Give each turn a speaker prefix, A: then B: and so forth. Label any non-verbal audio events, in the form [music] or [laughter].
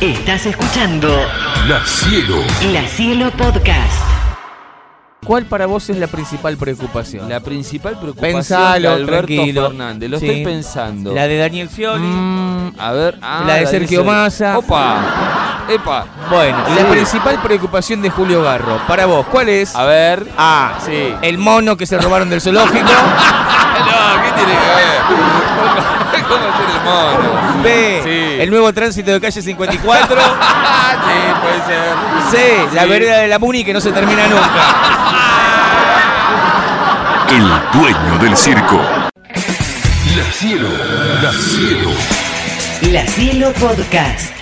A: Estás escuchando
B: La Cielo.
A: La Cielo Podcast.
C: ¿Cuál para vos es la principal preocupación?
D: La principal preocupación
C: Pensalo,
D: de Alberto
C: tranquilo.
D: Fernández. Lo
C: Sí.
D: estoy pensando.
C: La de Daniel Scioli.
D: Mm, a ver. ah,
C: La de Sergio
D: Ser-
C: Massa.
D: Opa. Epa.
C: Bueno,
D: Sí.
C: la principal preocupación de Julio Garro. Para vos, ¿cuál es?
D: A ver.
C: A.
D: Sí. Eh,
C: El mono que se robaron del zoológico.
D: No, ¿qué tiene que ver? [laughs] ¿Cómo hacer el mono?
C: B.
D: Sí.
C: El nuevo tránsito de calle 54.
D: Ah, sí, puede ser.
C: C. La
D: Sí.
C: vereda de la Muni que no se termina nunca.
B: El dueño del circo. La Cielo. La Cielo.
A: La Cielo Podcast.